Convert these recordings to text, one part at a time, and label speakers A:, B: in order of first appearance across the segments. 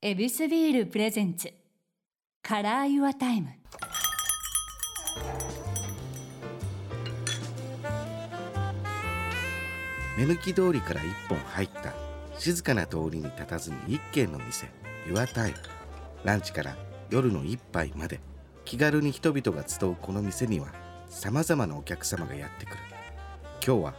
A: エビスビールプレゼンツカラーユアタイム
B: 目抜き通りから一本入った静かな通りに佇む一軒の店ユアタイムランチから夜の一杯まで気軽に人々が集うこの店にはさまざまなお客様がやってくる今日は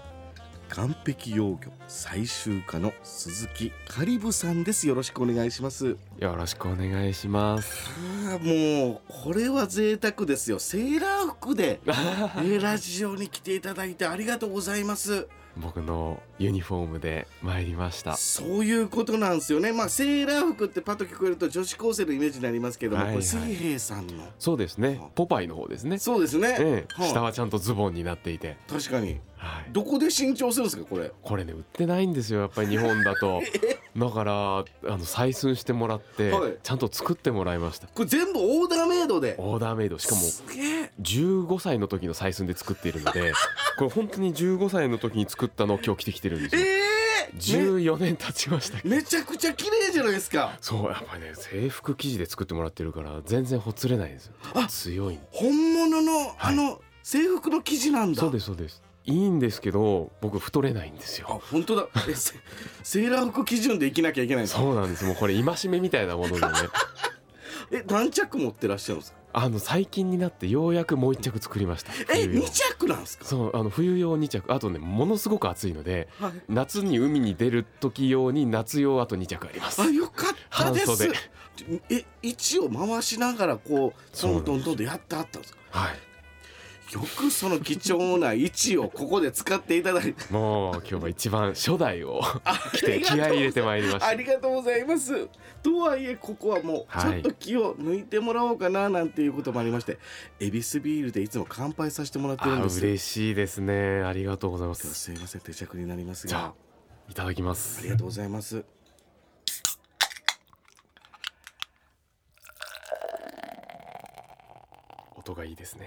B: 完璧養魚最終課の鈴木カリブさんですよろしくお願いします
C: よろしくお願いします。
B: あーもうこれは贅沢ですよセーラー服 でえーラジオに来ていただいてありがとうございます
C: 僕のユニフォームで参りました。
B: そういうことなんですよねまあセーラー服ってパッと聞こえると女子高生のイメージになりますけども、
C: はいはい
B: これ水平さんの
C: そうですね
B: あ。
C: ポパイの方ですね。
B: そうですね、
C: ええ、
B: はい
C: 下はちゃんとズボンになっていて、
B: 確かに
C: はい。
B: どこで新調するんですかこれ
C: これね売ってないんですよ。やっぱり日本 だと。だからあの採寸してもらって、
B: はい
C: ちゃんと作ってもらいました。
B: これ全部オーダーメイドで
C: オーダーメイドしかも
B: すげえ
C: 15歳の時の採寸で作っているの で、これ本当に15歳の時に作ったのを今日着てきてるんですよ。
B: ええ
C: 14年経ちましたけど。
B: めめちゃくちゃ綺麗じゃないですか
C: そうやっぱりね制服生地で作ってもらってるから全然ほつれないんですよ
B: あ
C: 強いんで
B: 本物の
C: は
B: あ
C: い
B: の制服の生地なんだ、
C: そうですそうですいいんですけど僕太れないんです
B: あ
C: よ
B: 本当だえセセーラー服基準で生きなきゃいけないんです
C: そうなんですもうこれ戒めみたいなも のでね
B: え何着持ってらっしゃるんですか
C: あの最近になってようやくもう一着作りました
B: え
C: 冬用
B: 二着なんですか
C: そうあの冬用2着あとねものすごく暑いので
B: はい
C: 夏に海に出る時用に夏用あと2着あります
B: あよかったで
C: 半
B: す
C: 袖
B: え位置を回しながらこう
C: そう
B: ど
C: なん
B: どん
C: ん
B: どんどんやってあったんですか
C: はい
B: よくその貴重な位置をここで使っていただ いて
C: もう今日は一番初代を
B: あ
C: 着て気合い入れてまいりました
B: ありがとうございますとはいえここはもうちょ
C: は
B: っ
C: い
B: と気を抜いてもらおうかななんていうこともありまして恵比寿ビールでいつも乾杯させてもらってるん
C: あ
B: ですよ
C: 嬉しいですねありがとうございます
B: すいません定着になります
C: じ
B: が
C: ゃいただきま
B: あ
C: す
B: りがとうございます
C: 音がいいですね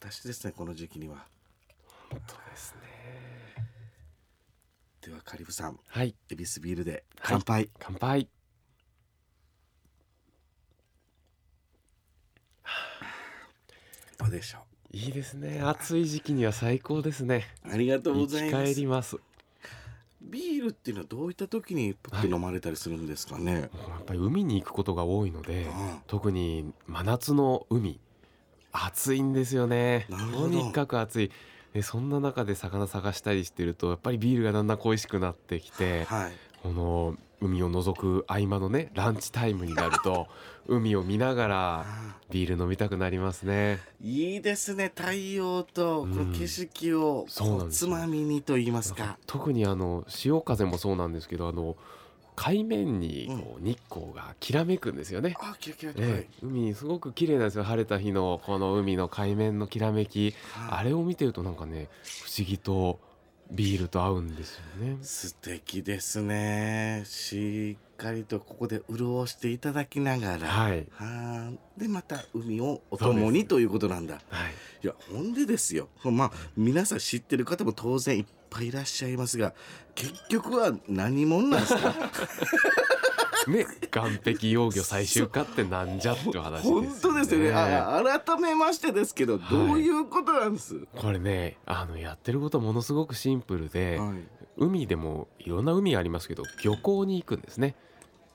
B: 私ですねこの時期には
C: 本当ですね
B: ではカリブさん
C: はい
B: 恵比寿ビールで乾杯、
C: 乾杯
B: どうでしょ
C: いいですね暑い時期には最高ですね
B: うありがとうご
C: 生
B: ざい
C: き
B: ま
C: 返
B: す
C: りますも
B: ビールっていうのはどういった時にパッて飲まれたりするんですかね。
C: うやっぱり海に行くことが多いので
B: あ
C: 特に真夏の海暑いんですよね
B: なるほど
C: とにかく暑いでそんな中で魚探したりしてるとやっぱりビールがだんだん恋しくなってき
B: あ
C: て
B: はい。
C: この海を覗く合間のねランチタイムになると海を見ながら
B: あ
C: ビール飲みたくなりますね
B: いいですね。太陽とこ
C: うん
B: の景色を
C: そう
B: お
C: なんです
B: つ
C: よ
B: まみにと言いますか。
C: 特にあの潮風もそうなんですけどあの海面にこう日光がきらめくんですよね、
B: あ、キラキラと。
C: ええ海すごく綺麗なんですよ晴れた日のこの海の海面のきらめき
B: はい
C: あれを見てるとなんかね不思議とビールと合うんですよね
B: 素敵ですね。しっかりとここで潤していただきながら。は
C: はい、
B: あでまた海をお
C: そ
B: 供
C: うで
B: に
C: す
B: ということなんだ
C: はい、
B: いやほんでですよまあ皆さん知ってる方も当然いっぱいいらっしゃいますが結局は何者なんですか
C: ね岸壁養魚最終化ってなんじゃってお話ですよね
B: 本当ですよねあ改めましてですけど、
C: はい
B: どういうことなんです、は
C: これねあのやってることものすごくシンプルで、
B: い、
C: 海でもいろんな海ありますけど漁港に行くんですね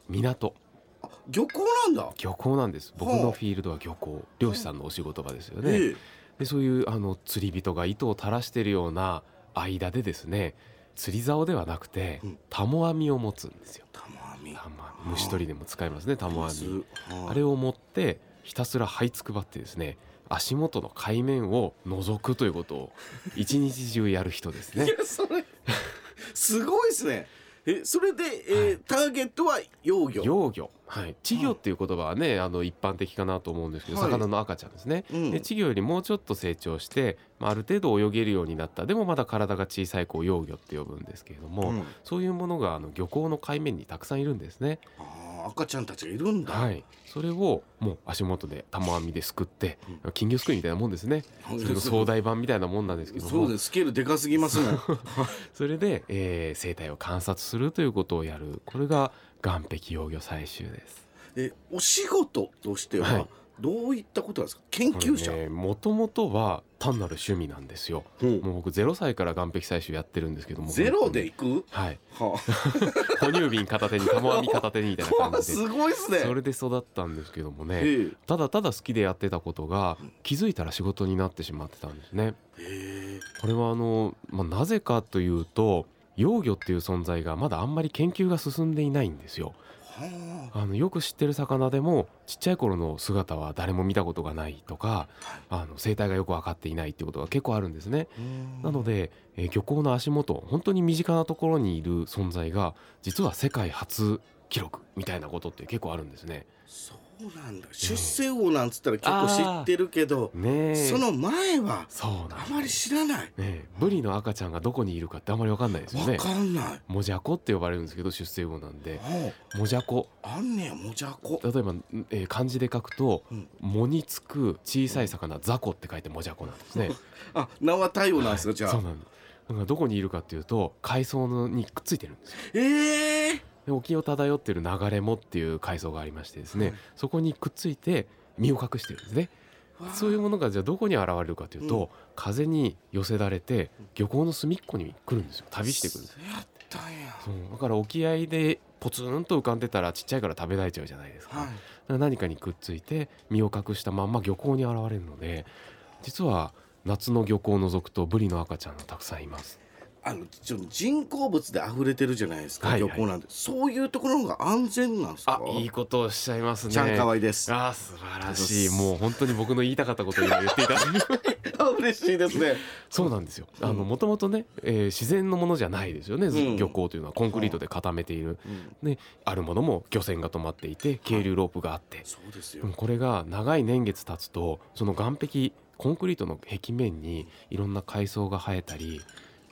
C: 港
B: あ漁港なんだ、
C: 漁港なんです僕
B: ほう
C: のフィールドは漁港漁師さんのお仕事場ですよね、
B: ええ
C: でそういうあの釣り人が糸を垂らしてるような間でですね釣り竿ではなくて
B: うん
C: タモ網を持つんですよ
B: たまみ
C: タモ網虫取りでも使いますねタモ網あ
B: あ
C: れ
B: れ
C: を持ってひたすら這いつくばってですね足元の海面を覗くということを一日中やる人です
B: い
C: ね
B: やそれ すごいですねえそれで、えー
C: はい
B: ターゲットは幼魚
C: 幼魚、はい、稚魚っていう言葉はね、あの一般的かなと思うんですけど、
B: はい
C: 魚の赤ちゃんですね、
B: うん
C: で稚魚よりもうちょっと成長して、まあ、ある程度泳げるようになったでもまだ体が小さい子を幼魚って呼ぶんですけれども、
B: うん
C: そういうものがあの漁港の海面にたくさんいるんですね
B: ああ赤ちゃんたちがいるんだ、
C: はい、それをもう足元で玉編みですくって金魚すくいみたいなもんですね
B: うん
C: それの壮大版みたいなもんなんですけども
B: そうですスケールでかすぎます もん
C: それで、えー生態を観察するということをやるこれが岸壁幼魚採集です。
B: えお仕事として
C: は
B: はいどういったことなんですか研究者、
C: もともとは単なる趣味なんですよ。
B: ほう
C: もう僕0歳から岸壁採集やってるんですけども
B: ゼロでいく
C: はい
B: は
C: 哺乳瓶片手に玉編み片手にみたいな
B: あ
C: 感じ
B: すごいですね
C: でそれで育ったんですけどもね、
B: ええ
C: ただただ好きでやってたことが気づいたら仕事になってしまってたんですね。
B: へえ
C: これはあの、まあ、なぜかというと幼魚っていう存在がまだあんまり研究が進んでいないんですよ。
B: はあ
C: あのよく知ってる魚でもちっちゃい頃の姿は誰も見たことがないとかあの生態がよく分かっていないってことが結構あるんですね。
B: うん
C: なので、えー漁港の足元本当に身近なところにいる存在が実は世界初記録みたいなことって結構あるんですね。
B: そうなんだ出世魚なんつったら結構知ってるけど
C: ねえ
B: その前は
C: そうなん
B: あ
C: です
B: まり知らない
C: ねえブリの赤ちゃんがどこにいるかってあんまり分かんないですよ
B: わ
C: ね。
B: かんない
C: モジャコって呼ばれるんですけど出世魚なんで
B: は
C: モジャコ
B: ああんねやもじゃこ
C: 例えば、んえー漢字で書くと
B: うん
C: 「藻につく小さい魚ザコ」って書いてモジャコなんですね。
B: あ名は太陽なんですか
C: はい
B: じゃ
C: そう
B: あ
C: なんですだからどこにいるかっていうと海藻のにくっついてるんですよ
B: ええ
C: で沖を漂ってる流れ藻っていう海藻がありましてですね、
B: はい
C: そこにくっついて身を隠してるんですね
B: わあ
C: そういうものがじゃあどこに現れるかというと、
B: う
C: 風に寄せられて漁港の隅っこに来るんですよ旅してくるんです
B: そうやったんや
C: そうだから沖合でポツンと浮かんでたらちっちゃいから食べられちゃうじゃないですか,、
B: はい
C: 何かにくっついて身を隠したまんま漁港に現れるので実は夏の漁港を除くとブリの赤ちゃんがたくさんいます
B: あのちょ人工物で溢れてるじゃないですか、
C: はい
B: 漁
C: はい
B: 港なんでそういうところの方が安全なんですか
C: あいいことをおっしちゃいますね
B: ちゃんかわいいですあ
C: あー素晴らしいもう本当に僕の言いたかったことを今言っていた
B: 嬉しいですね
C: そうなんですよ
B: うん
C: あのもともとね、えー自然のものじゃないですよね、ず
B: うん
C: 漁港というのはコンクリートで固めている、
B: うん
C: であるものも漁船が止まっていて渓流ロープがあって、
B: そうです
C: で
B: よ
C: もこれが長い年月経つとその岸壁コンクリートの壁面にいろんな海藻が生えたり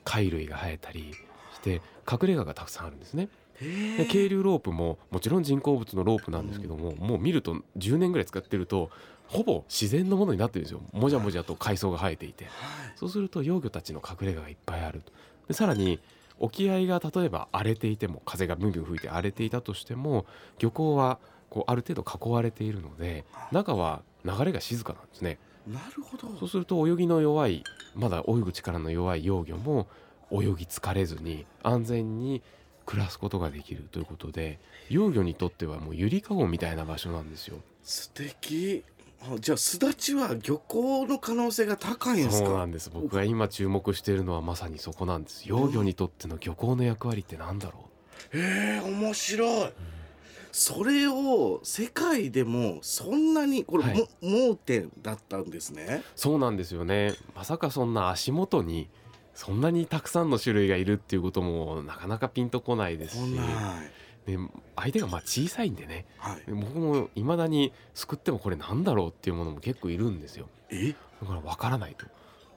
C: 貝類が生えたりして隠れ家がたくさんあるんですね
B: へ
C: で
B: え
C: 渓流ロープももちろん人工物のロープなんですけども、もう見ると10年ぐらい使ってるとほぼ自然のものになってるんですよもじゃもじゃと海藻が生えていて
B: はい
C: そうすると幼魚たちの隠れ家がいっぱいあるとでさらに沖合が例えば荒れていても風がブンブン吹いて荒れていたとしても漁港はこうある程度囲われているので中は流れが静かなんですね
B: なるほど
C: そうすると泳ぎの弱いまだ泳ぐ力の弱い幼魚も泳ぎ疲れずに安全に暮らすことができるということで幼魚にとってはもうゆりかごみたいな場所なんですよ。
B: 素敵あじゃあすだちは漁港の可能性が高いんです
C: そうな
B: か
C: んです僕が今注目しているのはまさにそこなんです幼魚にとっての漁港の役割ってなんだろ
B: へえ面白いそれを世界でもそんなにこれ、
C: はい
B: も盲点だったんですね
C: うそうなんですよねまさかそんな足元にそんなにたくさんの種類がいるっていうこともなかなかピンとこないです
B: こ
C: し
B: んない、
C: で相手がまあ小さいんでね
B: はい、
C: 僕も未だに救ってもこれなんだろうっていうものも結構いるんですよ
B: え
C: だからわからないと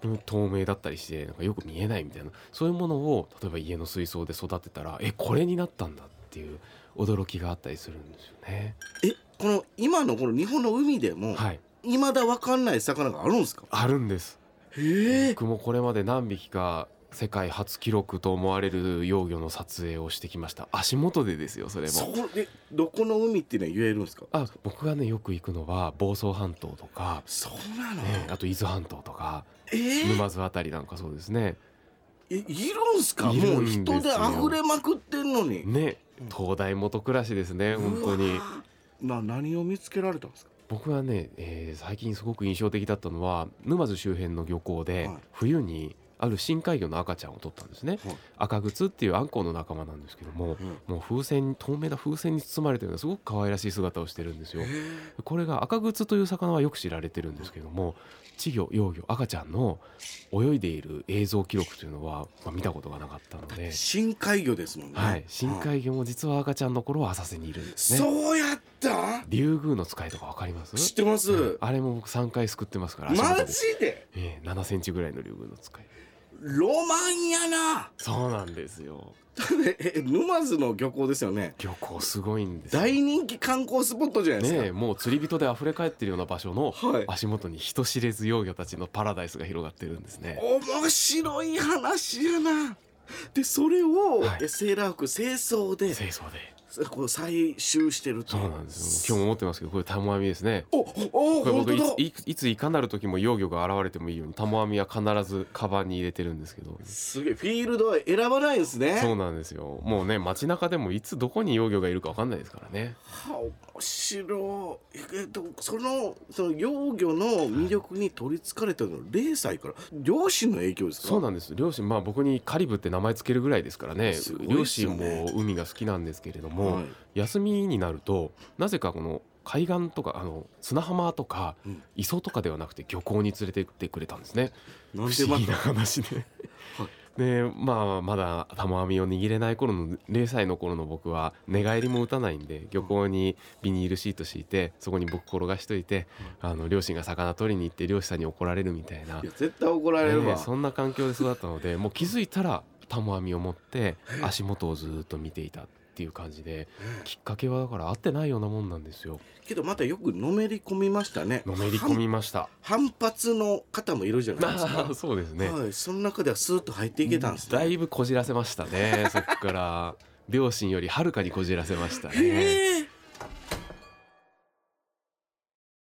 C: でも透明だったりしてなんかよく見えないみたいなそういうものを例えば家の水槽で育てたらえこれになったんだっていう驚きがあったりするんですよね
B: えこの今のこの日本の海でも、
C: はい
B: いまだわかんない魚があるんですか
C: あるんです
B: へえ
C: 僕もこれまで何匹か世界初記録と思われる幼魚の撮影をしてきました足元でですよそれ
B: そ
C: も
B: こでどこの海っていうのは言えるんですか
C: あ僕がねよく行くのは房総半島とか、
B: そうなの、
C: ね、あと伊豆半島とか
B: えー
C: 沼津あたりなんかそうですね
B: えいるんすか
C: いる
B: もうん
C: ですよ
B: 人で溢れまくってんのに、
C: ね東大元暮らしですね本当
B: う
C: に
B: わーな何を見つけられたんですか
C: 僕はね、えー最近すごく印象的だったのは沼津周辺の漁港で
B: はい
C: 冬にある深海魚の赤ちゃんを取ったんですね、
B: はい
C: 赤靴っていうアンコウの仲間なんですけども、
B: うん
C: もう風船に透明な風船に包まれてるようなすごく可愛らしい姿をしてるんですよ
B: へー
C: これが赤靴という魚はよく知られてるんですけども稚魚幼魚赤ちゃんの泳いでいる映像記録というのは、まあ見たことがなかったので、
B: 深海魚ですもんね
C: はい、深
B: はい
C: 海魚も実は赤ちゃんの頃は浅瀬にいるんですね
B: そうやった
C: リュウグウの使いとかわかります
B: 知ってます、
C: うんあれも僕3回すくってますから足
B: マ
C: 元で
B: ジで
C: ええ7センチぐらいのリュウグウの使い
B: ロマンやな
C: そうなんですよ
B: ええ沼津の漁港ですよね
C: 漁港すごいんですよ
B: 大人気観光スポットじゃないですか、
C: ねえもう釣り人で溢れ返ってるような場所の
B: はい
C: 足元に人知れず幼魚たちのパラダイスが広がってるんですね。
B: 面白い話やなでそれを、
C: はい
B: えセーラー服清掃で
C: 清掃で。
B: こう採集してると
C: そうなんですよ。今日も持ってますけど、これタモ網ですね。
B: おお
C: これ
B: 本
C: 僕
B: 当
C: い
B: だ
C: ついいついかなる時も幼魚が現れてもいいようにタモ網は必ずカバンに入れてるんですけど。
B: すげえフィールドは選ばないんですね
C: そうなんですよ。もうね街中でもいつどこに幼魚がいるかわかんないですからね。
B: はあ面白いえっとそのその幼魚の魅力に取りつかれたのは0歳から両親の影響ですか
C: そうなんです。両親まあ僕にカリブって名前つけるぐらいですからね。
B: すごい
C: 両
B: ですよ
C: 親
B: ね
C: も海が好きなんですけれども。
B: はい
C: 休みになるとなぜかこの海岸とかあの砂浜とか、
B: うん
C: 磯とかではなくて漁港に連れてってくれたんですね
B: な
C: 不
B: んで
C: 思
B: ま
C: 議な
B: た
C: 話で。でまあまだ玉編みを握れない頃の0歳の頃の僕は寝返りも打たないんで漁港にビニールシート敷いてそこに僕転がしといて、あの両親が魚取りに行って漁師さんに怒られるみたいない
B: や絶対怒られる
C: ね
B: わ、
C: えそんな環境で育ったのでもう気づいたら玉編みを持って足元をずーっと見ていたっていう感じできっかけはだから合ってないようなもんなんですよ
B: けどまたよくのめり込みましたね
C: のめり込みま した
B: 反発の方もいるじゃないです
C: あ
B: か
C: あそうです ね
B: はい、その中ではスーッと入っていけたんですね
C: だいぶこじらせましたねそっから両親よりはるかにこじらせましたね
B: へえ